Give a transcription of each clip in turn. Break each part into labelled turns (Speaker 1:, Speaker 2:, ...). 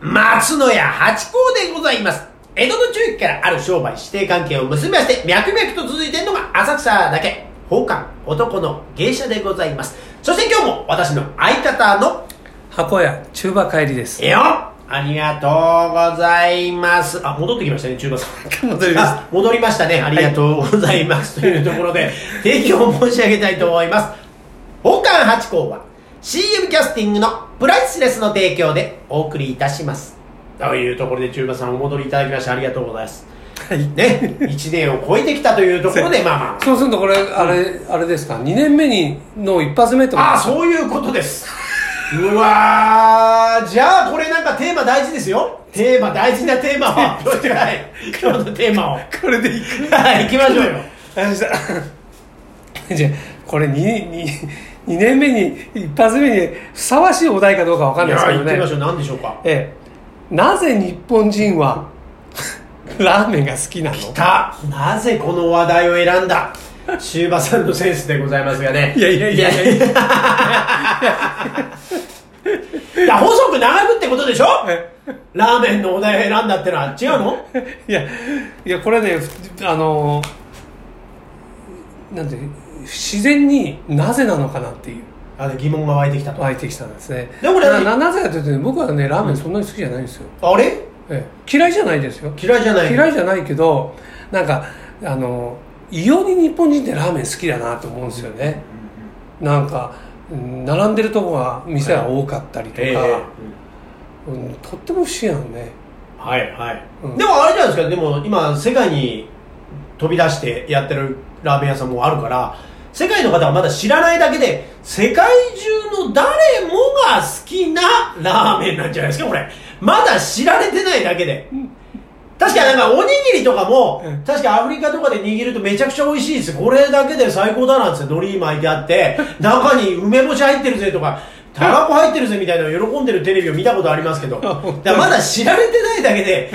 Speaker 1: 松野屋八甲でございます。江戸の中期からある商売指定関係を結びまして、脈々と続いているのが浅草だけ、宝冠男の芸者でございます。そして今日も私の相方の、
Speaker 2: 箱屋中馬帰りです
Speaker 1: えよありがとうございます。あ、戻ってきましたね、中馬さん。
Speaker 2: 戻りま
Speaker 1: あ戻りましたね。ありがとうございます。というところで、提供を申し上げたいと思います。宝冠八甲は CM キャスティングのプライスレスの提供でお送りいたします。というところで、中馬さんお戻りいただきましてありがとうございます。
Speaker 2: すはい
Speaker 1: ね、1年を超えてきたというところで、まあま
Speaker 2: そうするとこれあれ、あれですか2年目にの一発目ってこと
Speaker 1: あ、ああ、そういうことです。うわー、じゃあこれなんかテーマ大事ですよ。テーマ、大事なテーマを 発表してください。今日のテーマを。
Speaker 2: これでいく
Speaker 1: はい、行きましょうよ。
Speaker 2: あした じゃあこれ 2, 2, 2年目に一発目にふさわしいお題かどうかわかん
Speaker 1: い
Speaker 2: な
Speaker 1: や
Speaker 2: いです
Speaker 1: ー、
Speaker 2: けど
Speaker 1: 行ってみまし
Speaker 2: ね
Speaker 1: ょう。何でしょうか。
Speaker 2: ええなぜ日本人は ラーメンが好きなの
Speaker 1: たなぜこの話題を選んだ中馬さんのセンスでございますがね
Speaker 2: いやいやいやいやいや
Speaker 1: いや細く長くってことでしょ
Speaker 2: え
Speaker 1: ラーメンのお題を選んだってのは違うの
Speaker 2: いやいやこれねふあのなんて自然になぜなのかなっていう
Speaker 1: あの疑問が湧いてきたと
Speaker 2: 湧いてきたんですね
Speaker 1: でもこれ
Speaker 2: なななぜかというとね僕はねラーメンそんなに好きじゃないんですよ、
Speaker 1: あれ
Speaker 2: ええ嫌いじゃないですよ
Speaker 1: 嫌いじゃない
Speaker 2: 嫌い
Speaker 1: じ
Speaker 2: じゃないけどなんかあの異様に日本人ってラーメン好きだなと思うんですよね、なんかうん並んでるとこが店が多かったりとか、
Speaker 1: ええ
Speaker 2: うん、とっても不思議なのね
Speaker 1: はいはい、
Speaker 2: うん
Speaker 1: でもあれじゃないですかでも今世界に飛び出してやってるラーメン屋さんもあるから世界の方はまだ知らないだけで世界中の誰もが好きなラーメンなんじゃないですかこれまだ知られてないだけで確かなんかおにぎりとかも、
Speaker 2: うん
Speaker 1: 確かアフリカとかで握るとめちゃくちゃ美味しいですこれだけで最高だなんつって海苔巻いてあって中に梅干し入ってるぜとかタバコ入ってるぜみたいなのを喜んでるテレビを見たことありますけどだからまだ知られてないだけで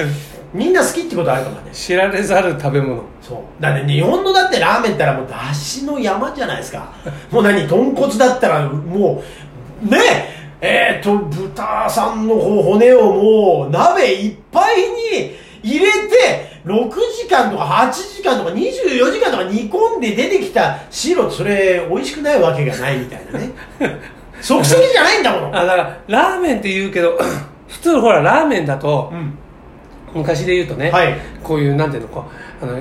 Speaker 1: みんな好きってことあるかもね
Speaker 2: 知られざる食べ物
Speaker 1: そうだって日本のだってラーメンったらもうだしの山じゃないです かもう何豚骨だったらもうねえっ、ー、と豚さんのほ骨をもう鍋いっぱいに入れて6時間とか8時間とか24時間とか煮込んで出てきた白それ美味しくないわけがないみたいなね 即席じゃないんだもの
Speaker 2: あだからラーメンって言うけど 普通ほらラーメンだと
Speaker 1: うん
Speaker 2: 昔で言うとね、
Speaker 1: はい
Speaker 2: こういうなんていうのこうあの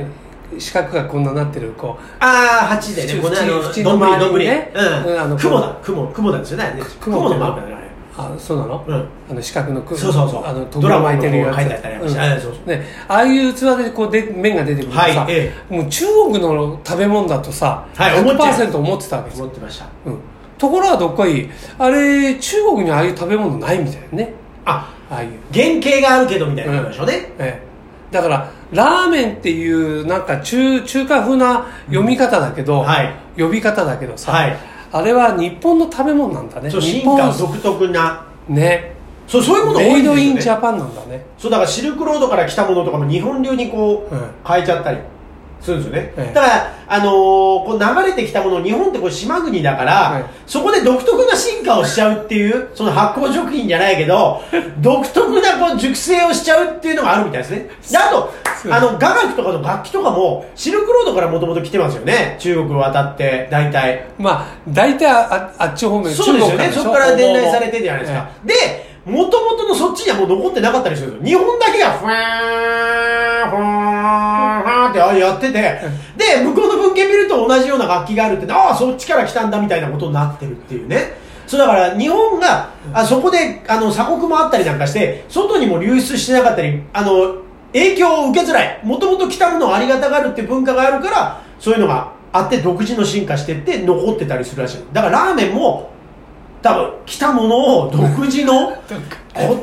Speaker 2: 四角がこんななってるこ
Speaker 1: ああ8でね
Speaker 2: 縁
Speaker 1: このあの
Speaker 2: 縁
Speaker 1: どんぶり
Speaker 2: の周りに
Speaker 1: どんぶり
Speaker 2: ね
Speaker 1: うん
Speaker 2: うんあの
Speaker 1: 雲だ雲雲なんですよねあれね
Speaker 2: 雲
Speaker 1: 雲のマークだねあれ
Speaker 2: うあそうなの、
Speaker 1: うん
Speaker 2: あの四角のく
Speaker 1: そうそうそう
Speaker 2: あの
Speaker 1: ドラ
Speaker 2: 扉
Speaker 1: マ
Speaker 2: 巻い
Speaker 1: の
Speaker 2: てるやつ
Speaker 1: こう書いてあったりなんかして
Speaker 2: うん
Speaker 1: あそうそう
Speaker 2: ね、ああいう器でこうで麺が出てくるとさ、
Speaker 1: はいえ
Speaker 2: もう中国の食べ物だとさ、
Speaker 1: はい思っちゃう
Speaker 2: 100%思ってたわけです
Speaker 1: 思
Speaker 2: よ、
Speaker 1: ってました
Speaker 2: うん、ところがどっかいいあれ中国にああいう食べ物ないみたいなね
Speaker 1: あ
Speaker 2: ああいう
Speaker 1: 原型があるけどみたいなことでしょうね、
Speaker 2: ええ、だからラーメンっていうなんか中中華風な読み方だけど、
Speaker 1: うんはい
Speaker 2: 呼び方だけどさ、
Speaker 1: はい
Speaker 2: あれは日本の食べ物なんだね
Speaker 1: そう
Speaker 2: 日
Speaker 1: 進
Speaker 2: 本
Speaker 1: 化独特な
Speaker 2: ね
Speaker 1: そうそういうもの多
Speaker 2: メ
Speaker 1: いん
Speaker 2: イ
Speaker 1: ですよ、
Speaker 2: ド
Speaker 1: ね、
Speaker 2: インジャパンなんだね
Speaker 1: そうだからシルクロードから来たものとかも日本流にこう、
Speaker 2: うん
Speaker 1: 変えちゃったりするんですよね、
Speaker 2: ええ
Speaker 1: だから、あのーこう流れてきたもの日本ってこう島国だから、
Speaker 2: はい
Speaker 1: そこで独特な進化をしちゃうっていうその発酵食品じゃないけ ど独特なこう熟成をしちゃうっていうのがあるみたいですねであと
Speaker 2: そう
Speaker 1: あの雅楽とかの楽器とかもシルクロードからもともと来てますよね中国を渡って大体
Speaker 2: まあ大体あああっち方面
Speaker 1: そうですよね
Speaker 2: 中国
Speaker 1: そ
Speaker 2: しょ
Speaker 1: こから伝来されてるじゃないですか、でもともとのそっちにはもう残ってなかったりするんですよ日本だけがふわーんふわーんふわーんってあれやっててで向こうの文献見ると同じような楽器があるってああそっちから来たんだみたいなことになってるっていうねそうだから日本があそこであの鎖国もあったりなんかして外にも流出してなかったりあの影響を受けづらいもともと来たものをありがたがるっていう文化があるからそういうのがあって独自の進化してって残ってたりするらしいだからラーメンも多分来たものを独自 のこ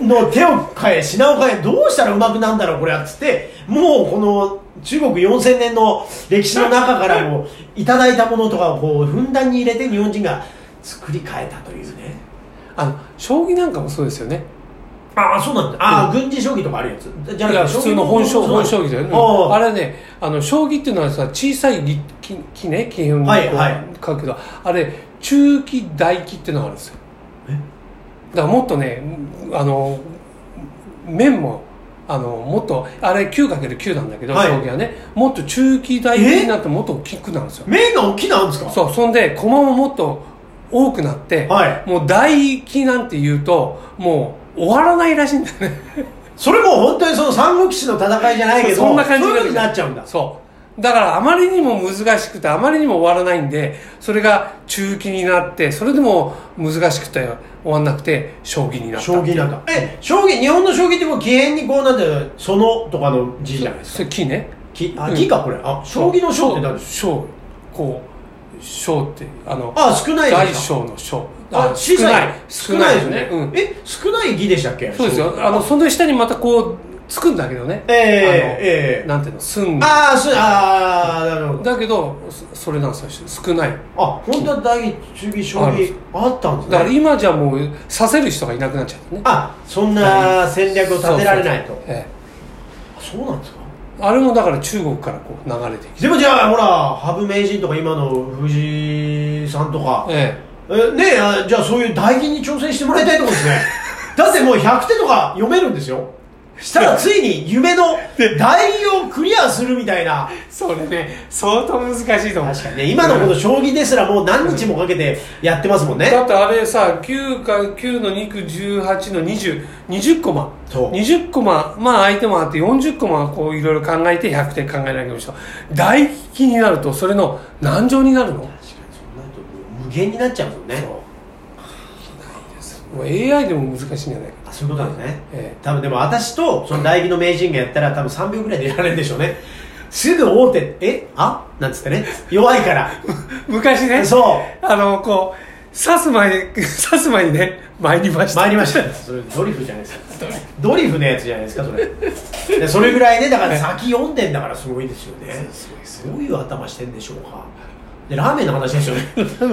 Speaker 1: の手を変え品を変えどうしたらうまくなんだろうこれはっつってもうこの中国4000年の歴史の中からもういただいたものとかをこうふんだんに入れて日本人が作り変えたというね
Speaker 2: あの将棋なんかもそうですよね
Speaker 1: ああそうなんだああ、軍事将棋とかあるやつじ
Speaker 2: いや普通の本将本将棋だよね、うんあ
Speaker 1: れ
Speaker 2: れねあの将棋っていうのはさ小さい立木木ね木をこう
Speaker 1: はいはい
Speaker 2: 書くけど、あれ中期大期っていうのがあるんですよだからもっとねあの麺もあのもっとあれ 9×9 なんだけど
Speaker 1: はい
Speaker 2: 表記はね、もっと中期大になってもっと大きくなるんですよ
Speaker 1: 麺が大きなんですか
Speaker 2: そうそんで駒ももっと多くなって、
Speaker 1: はい
Speaker 2: もう大期なんて言うともう終わらないらしいんだよね
Speaker 1: それも本当にその三国志の戦いじゃないけど
Speaker 2: そんな感じ
Speaker 1: そういう
Speaker 2: が
Speaker 1: 風になっちゃうんだ
Speaker 2: そうだからあまりにも難しくてあまりにも終わらないんでそれが中期になってそれでも難しくて終わんなくて将棋になった
Speaker 1: 将棋なんだえ将棋日本の将棋ってもう棋変にこうなんていうのそのとかの字じゃないですか
Speaker 2: それ木ね
Speaker 1: 棋あ
Speaker 2: うん
Speaker 1: 棋かこれあ将棋の将って何ですか
Speaker 2: 将こう将ってあの
Speaker 1: あ少ない
Speaker 2: 大
Speaker 1: ですか
Speaker 2: 将の将
Speaker 1: あ小
Speaker 2: 少
Speaker 1: さ
Speaker 2: ないい少ないで
Speaker 1: ですす
Speaker 2: ね
Speaker 1: ね、
Speaker 2: うん
Speaker 1: え少ない義でしたっけ
Speaker 2: そうですよあのその下にまたこうつくんだけどね
Speaker 1: ええええ
Speaker 2: なんていうの寸ん
Speaker 1: ああそうああなるほど
Speaker 2: だけどそそれなんですよ少ない
Speaker 1: あ本当は大中義将
Speaker 2: ある
Speaker 1: 棋あったんですね
Speaker 2: だから今じゃもう指せる人がいなくなっちゃったね
Speaker 1: あそんな戦略を立てられないと
Speaker 2: そうそうそうええ
Speaker 1: あそうなんですか
Speaker 2: あれもだから中国からこう流れてきて、
Speaker 1: でもじゃあほら羽生名人とか今の藤井さんとか
Speaker 2: え
Speaker 1: えねえあじゃあそういう大金に挑戦してもらいたいところですねだってもう100点とか読めるんですよしたらついに夢の大金をクリアするみたいな
Speaker 2: え、それね相当難しいと思う
Speaker 1: 確かにね今のこの将棋ですらもう何日もかけてやってますもんね
Speaker 2: だってあれさ9か9の2区18の2020コマ
Speaker 1: そう
Speaker 2: 20コマまあ相手もあって40コマこういろいろ考えて100点考えなきゃいけない人大危機になるとそれの何乗になるの
Speaker 1: 確かにそうなるともう無限になっちゃうもんね
Speaker 2: もう AI でも難しいんじゃないか
Speaker 1: あそういうことなんですね、
Speaker 2: え
Speaker 1: 多分でも私とその代議の名人がやったら多分3秒ぐらいでやられるんでしょうねすぐ大手えあなんつってね弱いから
Speaker 2: 昔ね
Speaker 1: そ
Speaker 2: あのこう刺す前に刺す前にね参りまし
Speaker 1: う
Speaker 2: た
Speaker 1: 参りました それドリフじゃないですかドリフのやつじゃないですかそれでそれぐらいねだから先読んでんだからすごいですよねどういう頭してんでしょうかで ラーメンの話ですよね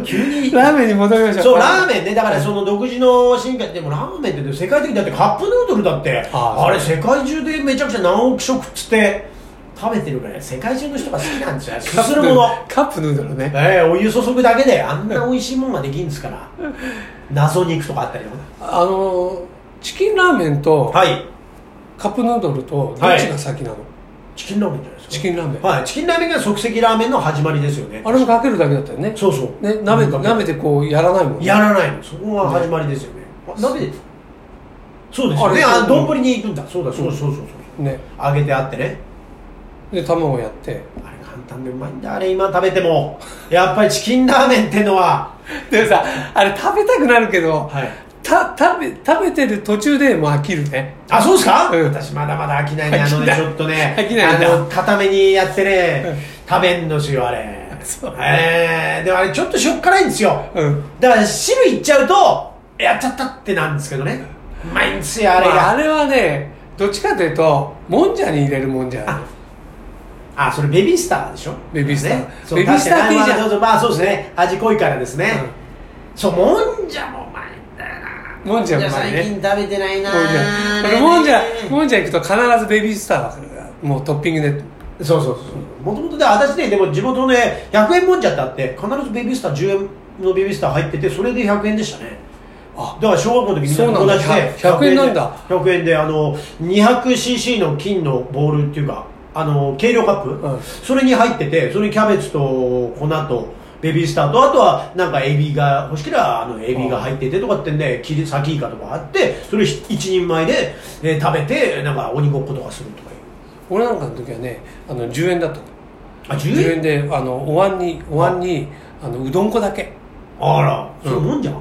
Speaker 1: 急に
Speaker 2: ラーメンに戻りましょう
Speaker 1: そうラーメンねだからその独自の進化でもラーメンって世界的だってカップヌードルだって
Speaker 2: あ
Speaker 1: あ
Speaker 2: ー
Speaker 1: れ世界中でめちゃくちゃ何億食っつって食べてるからい世界中の人が好きなん ですよすするもの
Speaker 2: カップヌードルね
Speaker 1: ええお湯注ぐだけであんな美味しいもんができるんです から謎肉とかあったりとか
Speaker 2: あのチキンラーメンと
Speaker 1: はい
Speaker 2: カップヌードルとどっちが先なの、
Speaker 1: チキンラーメンじゃないですか
Speaker 2: チキンラーメン、
Speaker 1: はいチキンラーメンが即席ラーメンの始まりですよね
Speaker 2: あれもかけるだけだったよね
Speaker 1: そうそう
Speaker 2: ね鍋
Speaker 1: 鍋
Speaker 2: 鍋でこうやらないもんね
Speaker 1: やらないのそこが始まりですよねあ鍋でそうですよね
Speaker 2: あれ
Speaker 1: あ丼に行くんだそうだそうそうそうそう
Speaker 2: ね
Speaker 1: 揚げてあってね
Speaker 2: で卵やって
Speaker 1: あれ簡単でうまいんだあれ今食べてもやっぱりチキンラーメンってのは
Speaker 2: でもさあれ食べたくなるけど
Speaker 1: はい
Speaker 2: た食べ食べてる途中でもう飽きるね
Speaker 1: あそうですか、
Speaker 2: うん
Speaker 1: 私まだまだ飽きないねあの
Speaker 2: 飽き
Speaker 1: ね
Speaker 2: ない
Speaker 1: ちょっとね
Speaker 2: 飽きないんだ
Speaker 1: あの固めにやってね食べんのしよあれ
Speaker 2: そう
Speaker 1: えー、でもあれちょっと塩っ辛いんですよ
Speaker 2: うん
Speaker 1: だから汁いっちゃうとやっちゃったってなんですけどねうまいんですよあ
Speaker 2: あ
Speaker 1: れ
Speaker 2: れ,、
Speaker 1: が、
Speaker 2: まあ、あれはねどっちかというともんじゃに入れるもんじゃな
Speaker 1: ああそれベビースターでしょ
Speaker 2: ベビースター
Speaker 1: ねそう
Speaker 2: ベビースター系じゃん
Speaker 1: 確かにまあまあまあそうですね味濃いからですね、
Speaker 2: うん
Speaker 1: そうもんじゃもうまいんだよな
Speaker 2: もんじゃうまいね
Speaker 1: 最近食べてないない
Speaker 2: もんじゃこれもんじゃもんじゃ行くと必ずベビースターだからもうトッピングで
Speaker 1: そうそうそうもともとで私ねでも地元ね100円もんじゃってあって必ずベビースター10円のベビースター入っててそれで100円でしたね
Speaker 2: あ
Speaker 1: だから小学校の時みんな
Speaker 2: そう
Speaker 1: 友
Speaker 2: なんだ
Speaker 1: 達で
Speaker 2: 100 100円なんだ
Speaker 1: 100円であの 200cc の金のボールっていうかあの軽量カップ、
Speaker 2: うん
Speaker 1: それに入っててそれにキャベツと粉とベビースターとあとはなんかエビが欲しければあのエビが入っててとかってんで切りサキイカとかあってそれ一人前で、えー食べてなんか鬼ごっことかするとかいう
Speaker 2: 俺なんかの時はねあの10円だった
Speaker 1: あ10
Speaker 2: 10
Speaker 1: 円
Speaker 2: 円であのお椀にお椀にあのうどん粉だけ
Speaker 1: あら
Speaker 2: う
Speaker 1: そ
Speaker 2: ん
Speaker 1: うもんじゃん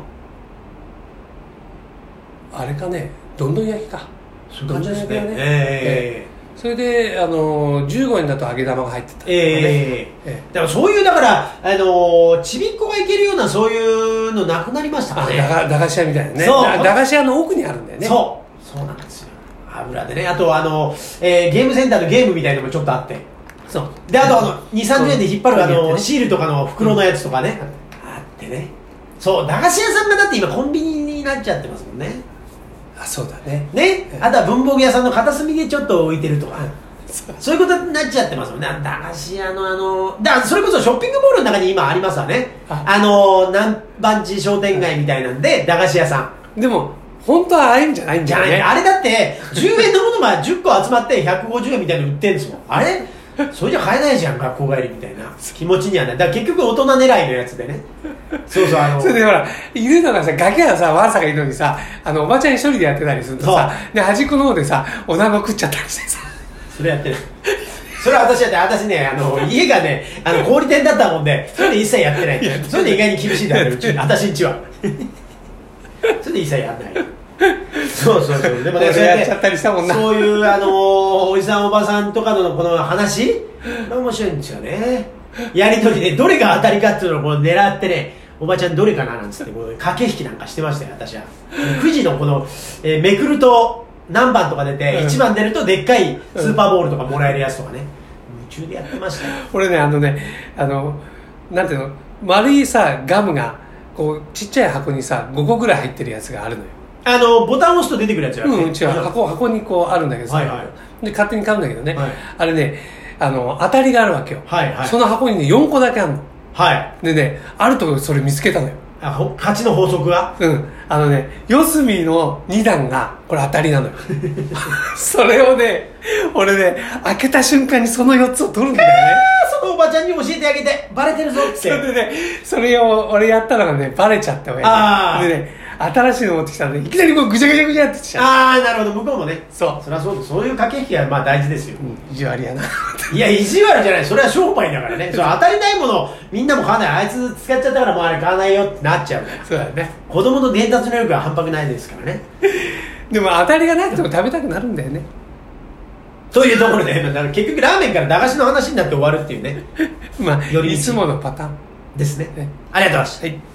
Speaker 2: あれかねどんどん焼きか
Speaker 1: そういう感じですね
Speaker 2: どんどん焼きだね
Speaker 1: え
Speaker 2: それであの15円だと揚げ玉が入ってたと
Speaker 1: え
Speaker 2: か
Speaker 1: え
Speaker 2: ね
Speaker 1: え
Speaker 2: え
Speaker 1: だからそういうだから、あのーちびっこがいけるようなそういうのなくなりましたか
Speaker 2: あ
Speaker 1: ね
Speaker 2: 駄菓駄菓子屋みたいなね
Speaker 1: そう
Speaker 2: だ駄菓子屋の奥にあるんだよね
Speaker 1: そうそうなんですよ油でねあとあの、えーゲームセンターのゲームみたいのもちょっとあって
Speaker 2: そう
Speaker 1: であとあの230円で引っ張るあ
Speaker 2: そうやって
Speaker 1: の
Speaker 2: ね
Speaker 1: シールとかの袋のやつとかね、あってねそう駄菓子屋さんがだって今コンビニになっちゃってますもんね
Speaker 2: あそうだね
Speaker 1: ねあとは文房具屋さんの片隅でちょっと置いてるとか、
Speaker 2: そう
Speaker 1: そういうことになっちゃってますもんね。あの駄菓子屋のあの、だからそれこそショッピングモールの中に今ありますわね。
Speaker 2: あ
Speaker 1: あの、南蛮地商店街みたいなんで、駄菓子屋さん。
Speaker 2: でも本当はああいうんじゃないん
Speaker 1: じ
Speaker 2: だ
Speaker 1: ゃ
Speaker 2: よ
Speaker 1: あ
Speaker 2: ね
Speaker 1: あれだって10円のものが10個集まって150円みたいなの売ってんですもんあれそれじゃ買えないじゃん学校帰りみたいな気持ちにはないだから結局大人狙いのやつでねそうそうあの
Speaker 2: それでほら、犬のがさ、ガキがさ、わんさかいるのにさ、あの、おばちゃん一人でやってたりするとさ、で、端っこの方でさ、お団子食っちゃったりしてさ、
Speaker 1: それやってるそれは私やって私ねあの家がねあの小売店だったもんでそれで一切やってないそれで意外に厳しいんだよねうち私んちはそれで一切やんないそうそうそうでもね
Speaker 2: 俺
Speaker 1: それで
Speaker 2: やっちゃったりしたもんな
Speaker 1: そういうあのおじさんおばさんとかのこの話が面白いんですよねやりとりでどれが当たりかっていうのをこう狙ってねおばちゃんどれかななんつってこう駆け引きなんかしてましたよ私は富士のこの、えーめくると何番とか出て、
Speaker 2: うん
Speaker 1: 一1番出るとでっかいスーパーボールとかもらえるやつとかね夢中でやってましたよ
Speaker 2: 俺ね、あのね、あの、なんていうの、丸いさ、ガムが、こう、ちっちゃい箱にさ、5個ぐらい入ってるやつがあるのよ。
Speaker 1: あのボタンを押すと出てくるやつや
Speaker 2: うん、違う。箱、箱にこうあるんだけどさ、
Speaker 1: はいは
Speaker 2: で、勝手に買うんだけどね、
Speaker 1: はい
Speaker 2: あれね、あの、当たりがあるわけよ。
Speaker 1: はいはい
Speaker 2: その箱にね、4個だけあるの。
Speaker 1: はい
Speaker 2: でね、あるとこそれ見つけたのよ。
Speaker 1: あほ勝ちの法則が
Speaker 2: うん。あのね、四隅の2段が、これ当たり なのよ。それをね、俺ね、開けた瞬間にその4つを取るんだよね。
Speaker 1: あそのおばちゃんに教えてあげてバレてるぞっ
Speaker 2: そ
Speaker 1: て
Speaker 2: れでね、それを俺やったのがね、バレちゃった
Speaker 1: あ
Speaker 2: わ
Speaker 1: ー
Speaker 2: けでね、新しいの持ってきたんで、いきなりこうぐちゃぐちゃぐちゃってしちゃ う。
Speaker 1: ああなるほど向こうもね
Speaker 2: そ
Speaker 1: そりゃそうだそういう駆け引きはまあ大事ですよ、
Speaker 2: う。うん、意地悪やな。
Speaker 1: いや意地悪じゃないそれは商売だからねそれ当たりないものみんなも買わないあいつ使っちゃったからもうあれ買わないよってなっちゃうから
Speaker 2: そうだね。
Speaker 1: 子供の伝達能力は半端ないですからね
Speaker 2: でも当たりがなくても食べたくなるんだよね。
Speaker 1: というところでだから結局ラーメンから駄菓子の話になって終わるっていうね
Speaker 2: まあ、
Speaker 1: 寄り道
Speaker 2: いつものパターン。
Speaker 1: ですね
Speaker 2: ね
Speaker 1: ありがとうございました、
Speaker 2: はい